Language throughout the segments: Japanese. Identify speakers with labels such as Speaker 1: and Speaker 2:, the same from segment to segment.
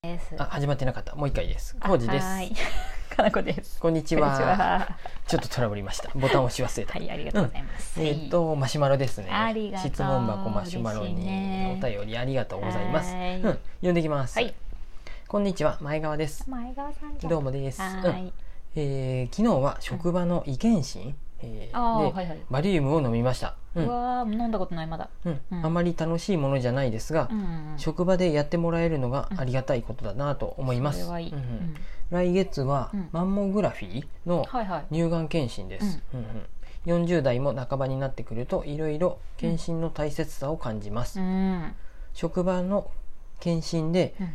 Speaker 1: です。
Speaker 2: あ、始まってなかった。もう一回です。コウジです
Speaker 1: は。ーい。かなこです。
Speaker 2: こんにち
Speaker 1: こんにち
Speaker 2: は。
Speaker 1: は。
Speaker 2: ちょっとトラブりました。ボタン押し忘れた。
Speaker 1: はい、ありがとうございます。
Speaker 2: えっと、マシュマロですね。
Speaker 1: ありがとう
Speaker 2: 質問箱マシュマロに、
Speaker 1: 嬉しいね
Speaker 2: お便りありがとうございます。う
Speaker 1: はー
Speaker 2: ん
Speaker 1: い、
Speaker 2: 読んできます。
Speaker 1: はい、
Speaker 2: こんにちは、前川です。
Speaker 1: 前川さんじゃん。
Speaker 2: どうもです。
Speaker 1: は
Speaker 2: う
Speaker 1: ー
Speaker 2: ん
Speaker 1: い。
Speaker 2: えー昨日は職場の意見診、えー
Speaker 1: ああ、
Speaker 2: で、
Speaker 1: はいはい。
Speaker 2: バリウムを飲みました。う
Speaker 1: うんわー飲んだことないまだ。
Speaker 2: うん
Speaker 1: うん
Speaker 2: あまり楽しいものじゃないですが、
Speaker 1: うんうんうん。
Speaker 2: 職場でやってもらえるのがありがたいことだなと思います。
Speaker 1: それはいい。
Speaker 2: う
Speaker 1: うん
Speaker 2: うん
Speaker 1: ん
Speaker 2: 来月は
Speaker 1: うん
Speaker 2: マンモグラフィーの
Speaker 1: はいはい。
Speaker 2: 乳がん検診です、うんうん40代も半ばになってくるといろいろ検診の大切さを感じます、
Speaker 1: うん。
Speaker 2: 職場の検診で
Speaker 1: うん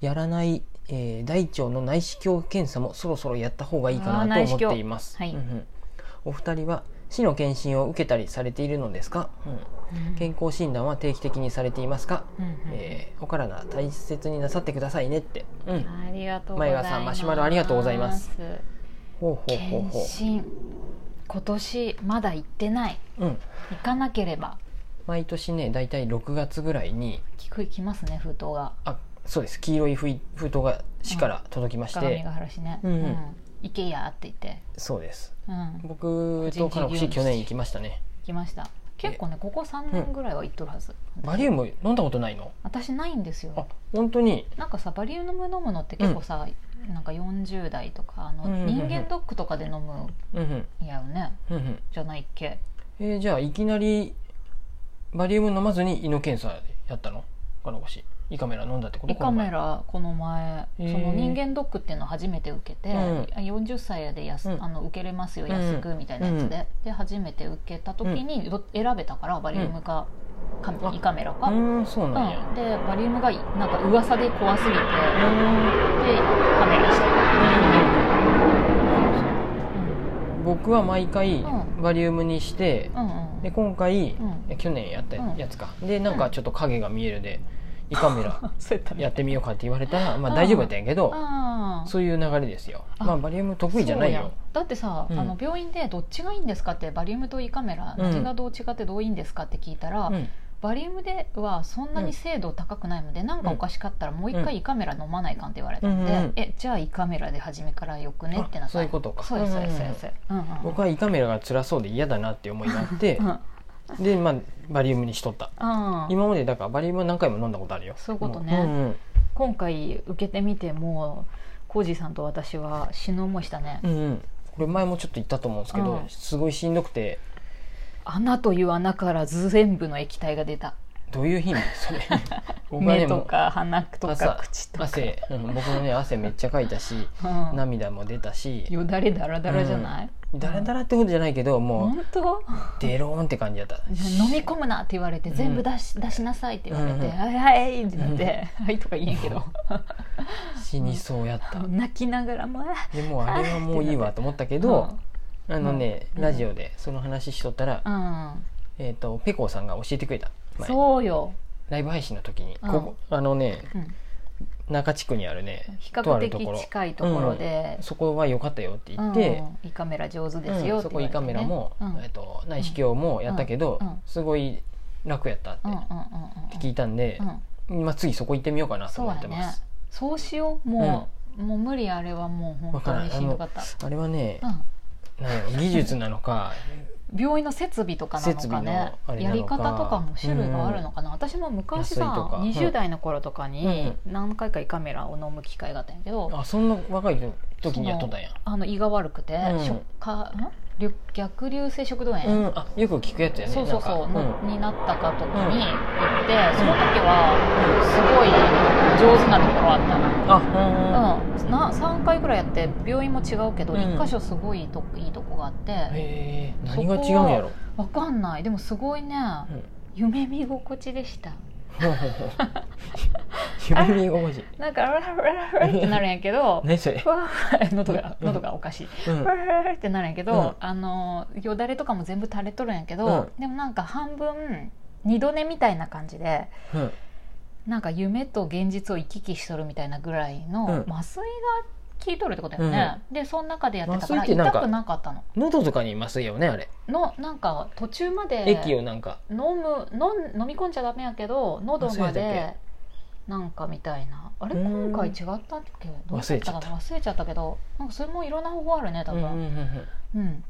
Speaker 2: やらない、えー大腸の内視鏡検査もそろそろやった方がいいか
Speaker 1: あー
Speaker 2: なと
Speaker 1: 内視
Speaker 2: 思っ
Speaker 1: 鏡
Speaker 2: ています、
Speaker 1: はい
Speaker 2: うんうんお二人は市の検診を受けたりされているのですか、うん
Speaker 1: うん
Speaker 2: 健康診断は定期的にされていますか、
Speaker 1: うんうん
Speaker 2: えーお体大切になさってくださいねって、うん、
Speaker 1: ありがとうございま
Speaker 2: 前
Speaker 1: す。
Speaker 2: 川さんマシュマロありがとうございます。ほうほうほう
Speaker 1: 検
Speaker 2: ほ
Speaker 1: 診。今年まだ行ってない。
Speaker 2: う、うん、
Speaker 1: 行かなければ。
Speaker 2: 毎年ね大体6月ぐらいに
Speaker 1: 聞くきますね封筒が。
Speaker 2: あそうです黄色い封封筒が市から届きまして、
Speaker 1: 鏡ヶ原市ね。
Speaker 2: うんうん
Speaker 1: 行けやって言って。
Speaker 2: そうです
Speaker 1: うん。
Speaker 2: 僕と彼
Speaker 1: 人事
Speaker 2: 氏
Speaker 1: 業主
Speaker 2: 去年行きましたね
Speaker 1: 行きました結構ねここ3年ぐらいは行っとるはず、
Speaker 2: バリウム飲んだことないの
Speaker 1: 私ないんです
Speaker 2: あ
Speaker 1: よ
Speaker 2: 本当に
Speaker 1: なんかさバリウム飲むのって結構さ、なんか40代とかあの
Speaker 2: うんうんうん
Speaker 1: 人間ドックとかで飲む
Speaker 2: うんうん
Speaker 1: やよね
Speaker 2: うんうん
Speaker 1: じゃないっけ
Speaker 2: えーじゃあいきなりバリウム飲まずに胃の検査やったの彼氏胃カメラ飲んだってこと
Speaker 1: 胃カメ
Speaker 2: ラ
Speaker 1: ラこの前
Speaker 2: へー
Speaker 1: その人間ドックっていうのを初めて受け
Speaker 2: う
Speaker 1: て、
Speaker 2: ん
Speaker 1: 40歳で安、
Speaker 2: うん
Speaker 1: あの受けれますよ安くみたいなやつで、で初めて受けた時にど選べたからバリウムか,か、
Speaker 2: あ
Speaker 1: 胃カメラ
Speaker 2: う
Speaker 1: か、
Speaker 2: ーんそうなん
Speaker 1: うん
Speaker 2: や
Speaker 1: でバリウムがなんか噂で怖すぎて、
Speaker 2: うーん
Speaker 1: でカメラしたうん
Speaker 2: 僕は毎回
Speaker 1: うん
Speaker 2: バリウムにして
Speaker 1: うん
Speaker 2: で今回、
Speaker 1: ん
Speaker 2: え去年やった
Speaker 1: うん
Speaker 2: やつか、でなんかちょっと影が見えるで胃カメラ
Speaker 1: そうやった
Speaker 2: やってみようかって言われたら、ま
Speaker 1: う
Speaker 2: あ、
Speaker 1: ん
Speaker 2: 大丈夫やったんやけど、
Speaker 1: あー
Speaker 2: そういう流れですよ
Speaker 1: あ
Speaker 2: まあバリウム得意じゃないよ
Speaker 1: そうやだってさ、
Speaker 2: うん
Speaker 1: あの病院でどっちがいいんですかってバリウムと胃カメラ
Speaker 2: うん
Speaker 1: 何がどう違ってどういいんですかって聞いたら、
Speaker 2: うん
Speaker 1: バリウムではそんなに精度高くないので、なんかおかしかったらもう一回胃カメラ飲まないかんって言われたんで、
Speaker 2: うんうん
Speaker 1: えじゃあ胃カメラで初めからよくねって
Speaker 2: あ
Speaker 1: なった
Speaker 2: そういうことか
Speaker 1: そうですそうですそうですうんうんうん
Speaker 2: 僕は胃カメラが辛そうで嫌だなって思いがあって
Speaker 1: うん
Speaker 2: で、まあ、バリウムにしとった
Speaker 1: あー
Speaker 2: 今までだからバリウムは何回も飲んだことあるよ
Speaker 1: そういうことね
Speaker 2: もうん
Speaker 1: 今回受けてみてもう浩二さんと私は死ぬ思いしたね、
Speaker 2: うんうんうんこれ前もちょっと言ったと思うんですけど、
Speaker 1: うん
Speaker 2: すごいしんどくて
Speaker 1: 穴という穴から全部の液体が出た
Speaker 2: どういう日味そ れ僕はね
Speaker 1: 目とか鼻と
Speaker 2: 朝
Speaker 1: か口とか、
Speaker 2: 汗、うん、僕もね汗めっちゃかいたし
Speaker 1: うん、
Speaker 2: 涙も出たし
Speaker 1: よだれだらだらじゃない、
Speaker 2: ダラダラってことじゃないけども
Speaker 1: 本当
Speaker 2: うデローンって感じやった
Speaker 1: 飲み込むなって言われて
Speaker 2: うん
Speaker 1: 全部出し,、出しなさいって言われて「
Speaker 2: うん
Speaker 1: はいはい」ってなって「はい」とか言えんけど
Speaker 2: 死にそうやった
Speaker 1: 泣きながらも「
Speaker 2: でもうあれはもういいわと思ったけど、あのね、
Speaker 1: うん
Speaker 2: ラジオでその話しとったら、
Speaker 1: うん、うん
Speaker 2: えっ、とペコーさんが教えてくれた前
Speaker 1: そうよ、
Speaker 2: ライブ配信の時に、
Speaker 1: うん
Speaker 2: ここあのね
Speaker 1: うん
Speaker 2: 中地区にあるね
Speaker 1: 比
Speaker 2: と
Speaker 1: 較
Speaker 2: あるとこ
Speaker 1: 的
Speaker 2: ろ
Speaker 1: 近いところで
Speaker 2: そこは良かったよって
Speaker 1: 「
Speaker 2: 言って、
Speaker 1: うん胃カメラ上手です
Speaker 2: う
Speaker 1: よ」
Speaker 2: ん
Speaker 1: っ
Speaker 2: そ
Speaker 1: て言わ
Speaker 2: こ
Speaker 1: れ
Speaker 2: 胃
Speaker 1: て
Speaker 2: カメラも、
Speaker 1: うん
Speaker 2: えっと内視鏡もやったけど、
Speaker 1: うんうん
Speaker 2: すごい楽やったって,、
Speaker 1: うんうんうん
Speaker 2: っ
Speaker 1: うん
Speaker 2: て聞いたんで
Speaker 1: う、ん
Speaker 2: まあ、次そこ行ってみようかなと
Speaker 1: そう
Speaker 2: 思
Speaker 1: や
Speaker 2: ってま
Speaker 1: ね
Speaker 2: す、
Speaker 1: そうしようもう、もう無理あれはもう本当にしんどかった
Speaker 2: あれはね、
Speaker 1: うん
Speaker 2: なんやろ技術なのか
Speaker 1: 病院の設備とかなの
Speaker 2: 設
Speaker 1: か
Speaker 2: 備
Speaker 1: ね
Speaker 2: のあれ
Speaker 1: や
Speaker 2: な
Speaker 1: り
Speaker 2: のか
Speaker 1: 方とかも種類があるのかな、私も
Speaker 2: 安
Speaker 1: 昔
Speaker 2: いと
Speaker 1: さ
Speaker 2: かうん
Speaker 1: 20代の頃とかに何回か胃カメラを飲む機会があったんやけど、
Speaker 2: あそんな若い時にやっとったんや
Speaker 1: あの胃が悪くて、
Speaker 2: うん
Speaker 1: 食化ん緑逆流性食道炎、
Speaker 2: うん、あよく聞くやつやね
Speaker 1: そうそうそう、
Speaker 2: なんか
Speaker 1: になったかとか
Speaker 2: うん
Speaker 1: に行って、その時はすごい上手なところあったの。
Speaker 2: うん、あ
Speaker 1: うん、な3回ぐらいやって病院も違うけど、
Speaker 2: うん
Speaker 1: 1箇所すごいといいとこがあっ
Speaker 2: うん
Speaker 1: て
Speaker 2: へえ何が違うんやろ
Speaker 1: わかんないでもすごいね、
Speaker 2: ん
Speaker 1: 夢見心地でした
Speaker 2: ほうほうほう 夢見心地
Speaker 1: なんか「ラララララ」ってなるんやけど
Speaker 2: 何それ
Speaker 1: ふわふわ喉が
Speaker 2: うん
Speaker 1: 喉がおかしい。
Speaker 2: う
Speaker 1: ふ
Speaker 2: ん
Speaker 1: わふわふわってなるんやけど、
Speaker 2: う
Speaker 1: あのよだれとかも全部垂れとるんやけど、でもなんか半分二度寝みたいな感じで
Speaker 2: うん
Speaker 1: なんか夢と現実を行き来しとるみたいなぐらいの
Speaker 2: うん
Speaker 1: 麻酔が効いとるってことやね、でその中でやってたから
Speaker 2: 麻酔ってなん
Speaker 1: 痛
Speaker 2: か
Speaker 1: くなかったの
Speaker 2: 喉とかに麻酔よねあれ
Speaker 1: のなんか途中まで
Speaker 2: 液をなんか
Speaker 1: 飲む飲ん飲み込んじゃダメやけど喉
Speaker 2: あそう
Speaker 1: ま
Speaker 2: やったっ
Speaker 1: で
Speaker 2: け
Speaker 1: なんかみたいなあれ
Speaker 2: うん
Speaker 1: 今回違ったっけどうだ
Speaker 2: 忘れちゃ
Speaker 1: か
Speaker 2: った
Speaker 1: な忘れちゃったけどなんかそれもいろんな方法あるね多
Speaker 2: うんうん
Speaker 1: 分、うん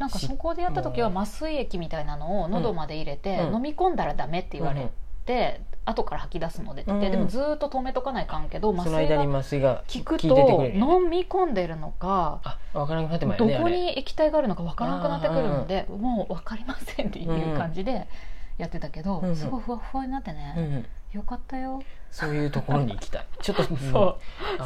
Speaker 1: なんかそこでやった時は
Speaker 2: し
Speaker 1: 麻酔液みたいなのを喉まで入れて、
Speaker 2: うん
Speaker 1: 飲み込んだらダメって言わ
Speaker 2: うん
Speaker 1: れて、後から吐き出すのでって、
Speaker 2: うん
Speaker 1: でもずーっと止めとかないかんけど
Speaker 2: うん
Speaker 1: 麻
Speaker 2: その
Speaker 1: 酔
Speaker 2: 間
Speaker 1: が
Speaker 2: に麻酔が
Speaker 1: 効く
Speaker 2: 効いててく
Speaker 1: と
Speaker 2: れるよね
Speaker 1: 飲み込んでるのか
Speaker 2: あ分からなくなってま
Speaker 1: ど
Speaker 2: いね
Speaker 1: こ
Speaker 2: あれ
Speaker 1: に液体があるのかわからなくなってくるのでもう分かりませんっていう感じでやってたけど、
Speaker 2: うん
Speaker 1: すごいふわふわになってね、
Speaker 2: うんうん
Speaker 1: よかったよ
Speaker 2: そういうところに行き たいちょっと
Speaker 1: そう
Speaker 2: うん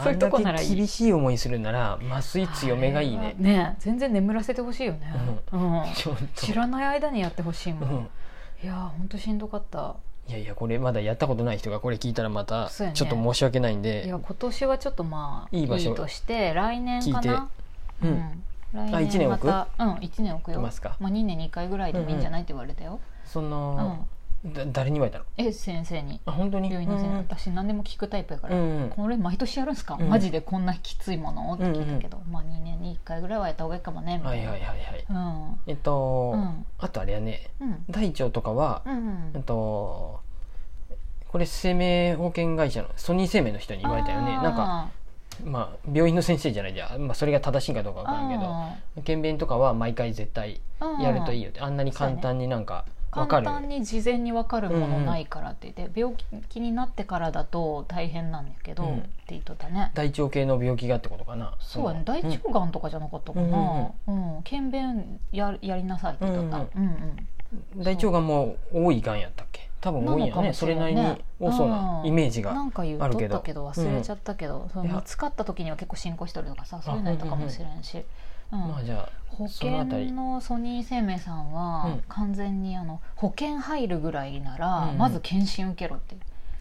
Speaker 1: そういうとこならいい
Speaker 2: あんだけ厳しい思いするなら麻酔強めがいいね
Speaker 1: ね全然眠らせてほしいよね、うん
Speaker 2: ちょっと
Speaker 1: 知らない間にやってほしいも、
Speaker 2: うんん
Speaker 1: いやーほんとしんどかった
Speaker 2: いやいやこれまだやったことない人がこれ聞いたらまた
Speaker 1: そうやね
Speaker 2: ちょっと申し訳ないん
Speaker 1: い
Speaker 2: で
Speaker 1: や今年はちょっとまあ
Speaker 2: いい場所
Speaker 1: として来年かな
Speaker 2: うん
Speaker 1: 来
Speaker 2: あ一年
Speaker 1: ま
Speaker 2: 置く
Speaker 1: たうん1年置く
Speaker 2: い
Speaker 1: よ
Speaker 2: ますか
Speaker 1: まあ、2年に1回ぐらいでもいいんじゃないって言われたよ、
Speaker 2: そ
Speaker 1: うん
Speaker 2: のだ誰に言われたの
Speaker 1: え先生に
Speaker 2: あ本当に
Speaker 1: 病院の先生、私何でも聞くタイプやから、
Speaker 2: うんうん
Speaker 1: これ毎年やるんすか、
Speaker 2: うん
Speaker 1: マジでこんなきついものをって聞いたけど、まあ2年に1回ぐらいはやった方がいいかもねみ
Speaker 2: は
Speaker 1: た
Speaker 2: い
Speaker 1: い
Speaker 2: はい
Speaker 1: な、
Speaker 2: はいはい
Speaker 1: うん
Speaker 2: えっと、
Speaker 1: うん
Speaker 2: あとあれやね
Speaker 1: うん
Speaker 2: 大腸とかは、
Speaker 1: うんうん
Speaker 2: えっとこれ生命保険会社のソニー生命の人に言われたよねなんか、まあ、病院の先生じゃないじゃん、まあ、それが正しいかどうかわからんけど検便とかは毎回絶対やるといい
Speaker 1: よ
Speaker 2: よってあんなに簡単になんかわか
Speaker 1: 簡
Speaker 2: る
Speaker 1: 単に事前に分かるものないからって言って、病気になってからだと大変なんやけど、
Speaker 2: うん
Speaker 1: って言っとったね
Speaker 2: 大腸系の病気がってことかな
Speaker 1: そうやね
Speaker 2: の
Speaker 1: 大腸がんとかじゃなかったかなうん検便ややりなさいって言っとったうんうん
Speaker 2: うん大腸がんも多いがんやったっけ多分多い
Speaker 1: なのか
Speaker 2: よ
Speaker 1: もし
Speaker 2: ね
Speaker 1: れん
Speaker 2: それなりに多そうな
Speaker 1: うん
Speaker 2: イメージ
Speaker 1: な
Speaker 2: が
Speaker 1: んか言うと
Speaker 2: あるけ
Speaker 1: った
Speaker 2: ど
Speaker 1: けど忘れちゃったけど、その
Speaker 2: いや
Speaker 1: 見つかった時には結構進行しとるとかさそういうのやったかもしれんし、うん
Speaker 2: まあじゃ
Speaker 1: 保
Speaker 2: あその
Speaker 1: 険
Speaker 2: あたり
Speaker 1: のソニー生命さん
Speaker 2: う
Speaker 1: は
Speaker 2: ん
Speaker 1: 完全にあの保険入るぐらいな
Speaker 2: うん
Speaker 1: ら
Speaker 2: うん
Speaker 1: まず検診受けろって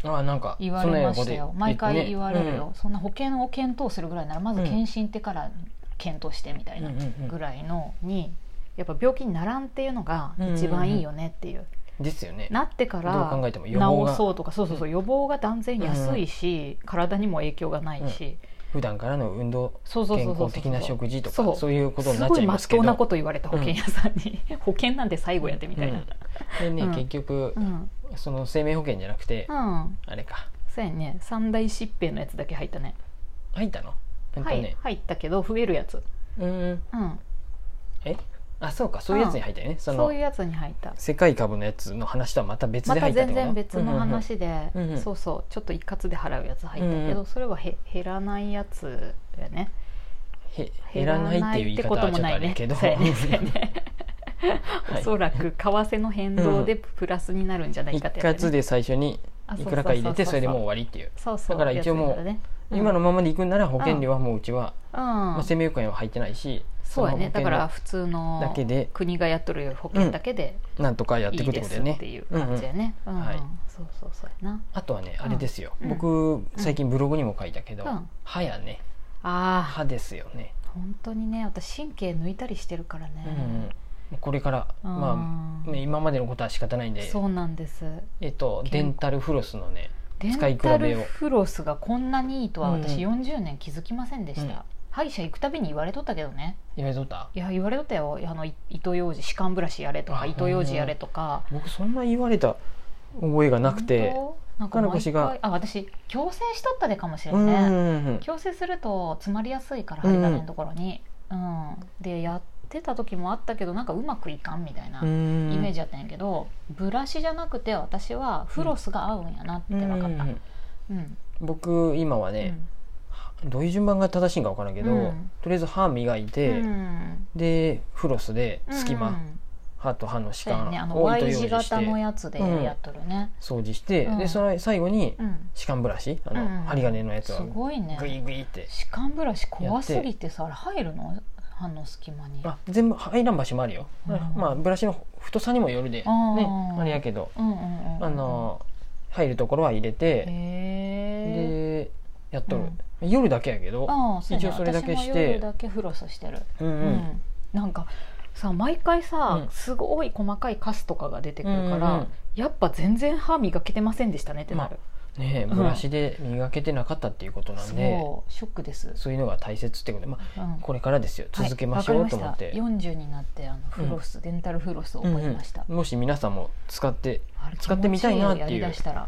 Speaker 2: ああなんか
Speaker 1: 言われましたよ毎回言われる、
Speaker 2: ね
Speaker 1: よそんな保険を検討するぐらいならまず検診ってから検討してみた
Speaker 2: う
Speaker 1: い
Speaker 2: ん
Speaker 1: な
Speaker 2: うんうんう
Speaker 1: ぐ
Speaker 2: ん
Speaker 1: らいのにやっぱ病気にならんっていうのが一番いいよねっていう
Speaker 2: ですよね
Speaker 1: なってか
Speaker 2: どう考
Speaker 1: ら
Speaker 2: えても予防
Speaker 1: 治
Speaker 2: が
Speaker 1: そうとかそうそうそう予防が断然安いし体にも影響がないし
Speaker 2: 普段からの運動
Speaker 1: そうそう
Speaker 2: 健
Speaker 1: そうそう
Speaker 2: 康的な食事とか
Speaker 1: そ
Speaker 2: そうういうことに
Speaker 1: す
Speaker 2: なっ
Speaker 1: ご
Speaker 2: ちゃ
Speaker 1: い
Speaker 2: い
Speaker 1: ま
Speaker 2: ま
Speaker 1: っ
Speaker 2: すけ
Speaker 1: と
Speaker 2: ど
Speaker 1: うなこと言われた保険屋さんに 保険なんて最後やってみたいな
Speaker 2: うんでね、
Speaker 1: うん
Speaker 2: 結局
Speaker 1: うん
Speaker 2: その生命保険じゃなくて、
Speaker 1: うん
Speaker 2: あれか
Speaker 1: そうやね三大疾病のやつだけ入ったね
Speaker 2: 入ったのうんと
Speaker 1: はい
Speaker 2: ね、
Speaker 1: 入ったけど増えるやつ
Speaker 2: うん
Speaker 1: うん
Speaker 2: えあそうかそういうやつに入ったよね、そ
Speaker 1: そ
Speaker 2: の
Speaker 1: ういうやつに入った
Speaker 2: 世界株のやつの話とはまた別
Speaker 1: ま
Speaker 2: で入
Speaker 1: た
Speaker 2: ったって
Speaker 1: 全
Speaker 2: こと
Speaker 1: 然別の話で
Speaker 2: うんうんうんうん
Speaker 1: そうそうちょっと一括で払うやつ入ったけ
Speaker 2: うんう
Speaker 1: どそれはへ減らないやつだよね
Speaker 2: へ減らないっていう言い方はちょっとあれけど、
Speaker 1: そう やねそうやね
Speaker 2: はい
Speaker 1: おそらく為替の変動でプラスになるんじゃない
Speaker 2: 一
Speaker 1: かってやつ
Speaker 2: 括
Speaker 1: ね
Speaker 2: で最初に
Speaker 1: あそう
Speaker 2: い
Speaker 1: そう
Speaker 2: くらか入れて
Speaker 1: そ
Speaker 2: そ
Speaker 1: うそう
Speaker 2: れでもう終わりっていう
Speaker 1: そうそう
Speaker 2: だから一応もう
Speaker 1: やつだねうん
Speaker 2: 今のままでいくんなら保険料はもううちは、
Speaker 1: うん
Speaker 2: まあ、生命保険は入ってないし
Speaker 1: そうやね
Speaker 2: その保険
Speaker 1: だ
Speaker 2: の
Speaker 1: から普通
Speaker 2: だ
Speaker 1: の
Speaker 2: けで
Speaker 1: 国がやっとる保険だけで
Speaker 2: なんとかやっ
Speaker 1: い
Speaker 2: ていく
Speaker 1: い
Speaker 2: って
Speaker 1: で
Speaker 2: ことだ
Speaker 1: す
Speaker 2: よね
Speaker 1: っていう感じやねうん
Speaker 2: はい
Speaker 1: そうそうそうやな
Speaker 2: あとはねあれですよ、
Speaker 1: うん
Speaker 2: 僕最近ブログにも書いたけど、
Speaker 1: うん
Speaker 2: 歯やね
Speaker 1: あ
Speaker 2: 歯ですよね、
Speaker 1: あ本当にね私神経抜いたりしてるから
Speaker 2: うんうん
Speaker 1: ね
Speaker 2: これから、
Speaker 1: うん
Speaker 2: まあね、今までのことは仕方ないんで、
Speaker 1: そうなんです
Speaker 2: えっと、デ
Speaker 1: 健
Speaker 2: ン
Speaker 1: 康
Speaker 2: タルフロスのね
Speaker 1: デン
Speaker 2: 使い比
Speaker 1: タ
Speaker 2: べ
Speaker 1: ル
Speaker 2: を
Speaker 1: フロスがこんなにいいとは私
Speaker 2: う
Speaker 1: 40年気づきませんでした、
Speaker 2: うん
Speaker 1: 歯医者行くたびに言われとったけどね
Speaker 2: 言われとった
Speaker 1: いや言われとったよあのい糸ようじ歯間ブラシやれとか
Speaker 2: あ
Speaker 1: 糸ようじやれとか
Speaker 2: 僕そんな言われた覚えがなくて
Speaker 1: 本当なんか
Speaker 2: 彼女
Speaker 1: 毎
Speaker 2: 氏
Speaker 1: 回
Speaker 2: が
Speaker 1: あ私矯正しとったでかもしれ
Speaker 2: うんんう
Speaker 1: ね、
Speaker 2: んうん
Speaker 1: 矯正すると詰まりやすいから
Speaker 2: うんう
Speaker 1: 針
Speaker 2: ん
Speaker 1: 金のところに、うんでやってた時もあったけどなんかうまくいかんみたいな
Speaker 2: う
Speaker 1: イ
Speaker 2: ん
Speaker 1: メージやったんやけど、ブラシじゃなくて私はフロスが合うんやなって分かった、
Speaker 2: う
Speaker 1: うん
Speaker 2: うんん僕今はね、どういう順番が正しいんか分からんけど、
Speaker 1: うん
Speaker 2: とりあえず歯磨いて、
Speaker 1: うん
Speaker 2: でフロスで隙間、
Speaker 1: うん
Speaker 2: 歯と歯の歯
Speaker 1: そうやねあ
Speaker 2: 間
Speaker 1: の
Speaker 2: を
Speaker 1: Y
Speaker 2: 糸
Speaker 1: 字
Speaker 2: ようにして
Speaker 1: 型のやつでやっとるね、
Speaker 2: 掃除して、
Speaker 1: うん
Speaker 2: でその最後に
Speaker 1: うん
Speaker 2: 歯間ブラシあの、
Speaker 1: うんうん
Speaker 2: 針金のやつ
Speaker 1: す
Speaker 2: は
Speaker 1: ごい
Speaker 2: グイ
Speaker 1: ね
Speaker 2: グイって、
Speaker 1: 歯間ブラシ怖すぎてさあれ入るの歯の隙間に
Speaker 2: あ全部入らん場所もあるよ、
Speaker 1: うん
Speaker 2: まあブラシの太さにもよるで、ね
Speaker 1: あー、
Speaker 2: あれやけど、
Speaker 1: うんうんうん
Speaker 2: あの入るところは入れて、
Speaker 1: へえ
Speaker 2: でやっとる、夜だけやけど
Speaker 1: ああそうやね
Speaker 2: 一応それだけして
Speaker 1: 私も夜だけフロスしてる、
Speaker 2: うんう
Speaker 1: うんんなんかさ毎回さ、
Speaker 2: うん
Speaker 1: すごい細かいカスとかが出てくるから、
Speaker 2: うんうん
Speaker 1: やっぱ全然歯磨けてませんでしたねってなる、
Speaker 2: ねえブラシで磨けてなかったっていうことなんで、
Speaker 1: そうショックです、
Speaker 2: そういうのが大切ってことで、まあ、
Speaker 1: うん、
Speaker 2: これからですよ続けましょうと思って、
Speaker 1: はい、わかりました40になってあのフロス、デンタルフロスを
Speaker 2: うん
Speaker 1: 覚えました、
Speaker 2: うんもし皆さんも使って
Speaker 1: あれ
Speaker 2: 使ってみたいなっていう
Speaker 1: 気持ちよやりだしたら、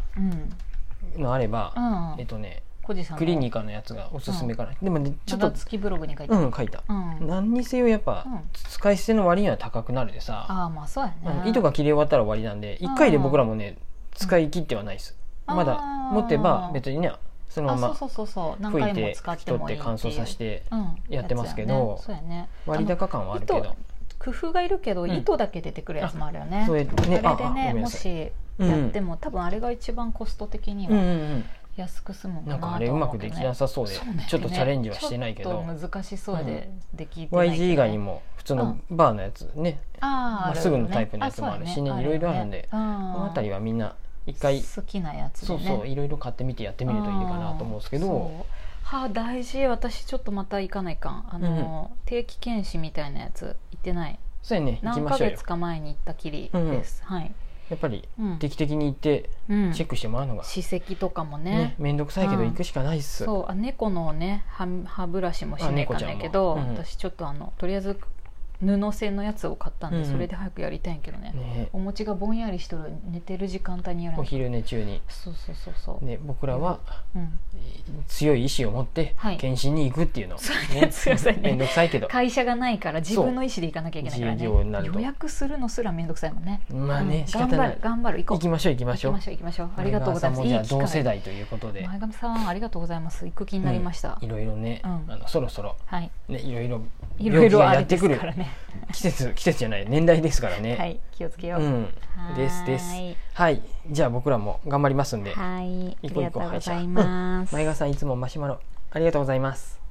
Speaker 1: うん、
Speaker 2: のあれば、
Speaker 1: うん
Speaker 2: えっとね
Speaker 1: 小路さんの
Speaker 2: クリニカのやつがおすすめかな、でもねちょっ
Speaker 1: 長
Speaker 2: と
Speaker 1: 月ブログに書いてあ
Speaker 2: う
Speaker 1: る、
Speaker 2: ん書いた、
Speaker 1: うん
Speaker 2: 何にせよやっぱ、
Speaker 1: うん
Speaker 2: 使い捨ての割には高くなるでさ、
Speaker 1: ああまあそうやね、
Speaker 2: うん糸が切れ終わったら終わりなんで
Speaker 1: うん
Speaker 2: 1回で僕らもね使い切ってはないです、
Speaker 1: うん
Speaker 2: ま
Speaker 1: あ
Speaker 2: だ
Speaker 1: ー
Speaker 2: 持てば別にねその
Speaker 1: あ
Speaker 2: ま
Speaker 1: そう
Speaker 2: ま
Speaker 1: そうそうそう何
Speaker 2: 拭い
Speaker 1: 回も
Speaker 2: て
Speaker 1: 使
Speaker 2: 拭
Speaker 1: っ
Speaker 2: き
Speaker 1: て
Speaker 2: 取っ
Speaker 1: もい
Speaker 2: て
Speaker 1: いっていう
Speaker 2: 乾燥させて
Speaker 1: うん
Speaker 2: やってますけど
Speaker 1: やつやねそうやね
Speaker 2: 割高感はあるけ
Speaker 1: あの
Speaker 2: ど
Speaker 1: 工夫がいるけど
Speaker 2: うん
Speaker 1: 糸だけ出てくるやつもあるよね、
Speaker 2: そうやね
Speaker 1: あれ
Speaker 2: ああ
Speaker 1: で
Speaker 2: ごめ
Speaker 1: ね
Speaker 2: んな
Speaker 1: も
Speaker 2: さ
Speaker 1: しやっても、多分あれが一番コスト的に
Speaker 2: うんうん
Speaker 1: は
Speaker 2: うん
Speaker 1: 安く済むん
Speaker 2: な
Speaker 1: か
Speaker 2: んか
Speaker 1: な
Speaker 2: あれ
Speaker 1: と
Speaker 2: う
Speaker 1: は
Speaker 2: ま
Speaker 1: 思
Speaker 2: く
Speaker 1: うけ
Speaker 2: で
Speaker 1: ど
Speaker 2: き
Speaker 1: ね
Speaker 2: なさそうで
Speaker 1: そうなんだよね
Speaker 2: ちょっとチャレンジはしてないけ
Speaker 1: ちょ
Speaker 2: ど
Speaker 1: っと難しそうで、できてないけど
Speaker 2: YG 以外にも普通のバーのやつね
Speaker 1: あー
Speaker 2: まあ
Speaker 1: あるよね
Speaker 2: すぐのタイプのやつもあるしね
Speaker 1: そうや
Speaker 2: いろいろあるんで
Speaker 1: あ
Speaker 2: この辺りはみんな一回
Speaker 1: 好きなやつで
Speaker 2: そう
Speaker 1: ね
Speaker 2: そういろいろ買ってみてやってみるといいかなと思うんですけ
Speaker 1: あー
Speaker 2: ど
Speaker 1: そうはあ大事私ちょっとまた行かないかんあの、定期検診みたいなやつ行ってない
Speaker 2: そうやね行き
Speaker 1: 何
Speaker 2: ま
Speaker 1: ヶ
Speaker 2: しょうよ
Speaker 1: 月か前に行ったきりです、はい、
Speaker 2: やっぱり
Speaker 1: うん
Speaker 2: 定期的に行って
Speaker 1: うん、
Speaker 2: チェックしてもらうのが
Speaker 1: 歯石とかもね
Speaker 2: ね面倒くさいけど行くしかないっす
Speaker 1: そうあ猫のね歯歯ブラシもしないかんねんけ
Speaker 2: あ
Speaker 1: ど、
Speaker 2: 猫ちゃんもうん
Speaker 1: 私ちょっとあのとりあえず布製のやつを買ったんで、
Speaker 2: うん
Speaker 1: それで早くやりたいんやけどね
Speaker 2: ね
Speaker 1: お餅がぼんやりしとる寝てる時間帯にやら
Speaker 2: お
Speaker 1: ない
Speaker 2: 昼寝中に
Speaker 1: そうそうそうそう、
Speaker 2: ね僕らは
Speaker 1: うん、
Speaker 2: 強い意志を持って
Speaker 1: はい
Speaker 2: 検診に行くっていうの
Speaker 1: そう
Speaker 2: ね
Speaker 1: ね強さね
Speaker 2: 面倒くさいけど
Speaker 1: 会社がないから自分の意思で行かなきゃいけないから
Speaker 2: 自営業にな
Speaker 1: ね
Speaker 2: ると
Speaker 1: 予約するのすらめんどくさいもんね
Speaker 2: まあ
Speaker 1: う
Speaker 2: ね
Speaker 1: ん
Speaker 2: 仕方
Speaker 1: 頑張
Speaker 2: な
Speaker 1: る
Speaker 2: い
Speaker 1: 頑張る行こ
Speaker 2: 行
Speaker 1: う
Speaker 2: きましょう行きましょう
Speaker 1: 行きましょう行きましょうありがとうございま
Speaker 2: 前川さん
Speaker 1: す
Speaker 2: もじゃあ同
Speaker 1: いい機会
Speaker 2: 世代ということで
Speaker 1: 前髪さんありがとうございます行く気になりました、
Speaker 2: いろいろね
Speaker 1: うん
Speaker 2: あのそろそろ
Speaker 1: はい
Speaker 2: ねいろいろ
Speaker 1: いろいろあ
Speaker 2: や
Speaker 1: れ
Speaker 2: って
Speaker 1: で
Speaker 2: く
Speaker 1: す
Speaker 2: る
Speaker 1: からね
Speaker 2: 季節季節じゃない年代ですからね
Speaker 1: はい気をつけよう、
Speaker 2: うんですですはいじゃあ僕らも頑張りますんで
Speaker 1: はい、あ
Speaker 2: 一
Speaker 1: り
Speaker 2: 個一
Speaker 1: が
Speaker 2: 個
Speaker 1: とうご
Speaker 2: 歯医者
Speaker 1: ざいます。
Speaker 2: 前川さんいつもマシュマロありがとうございます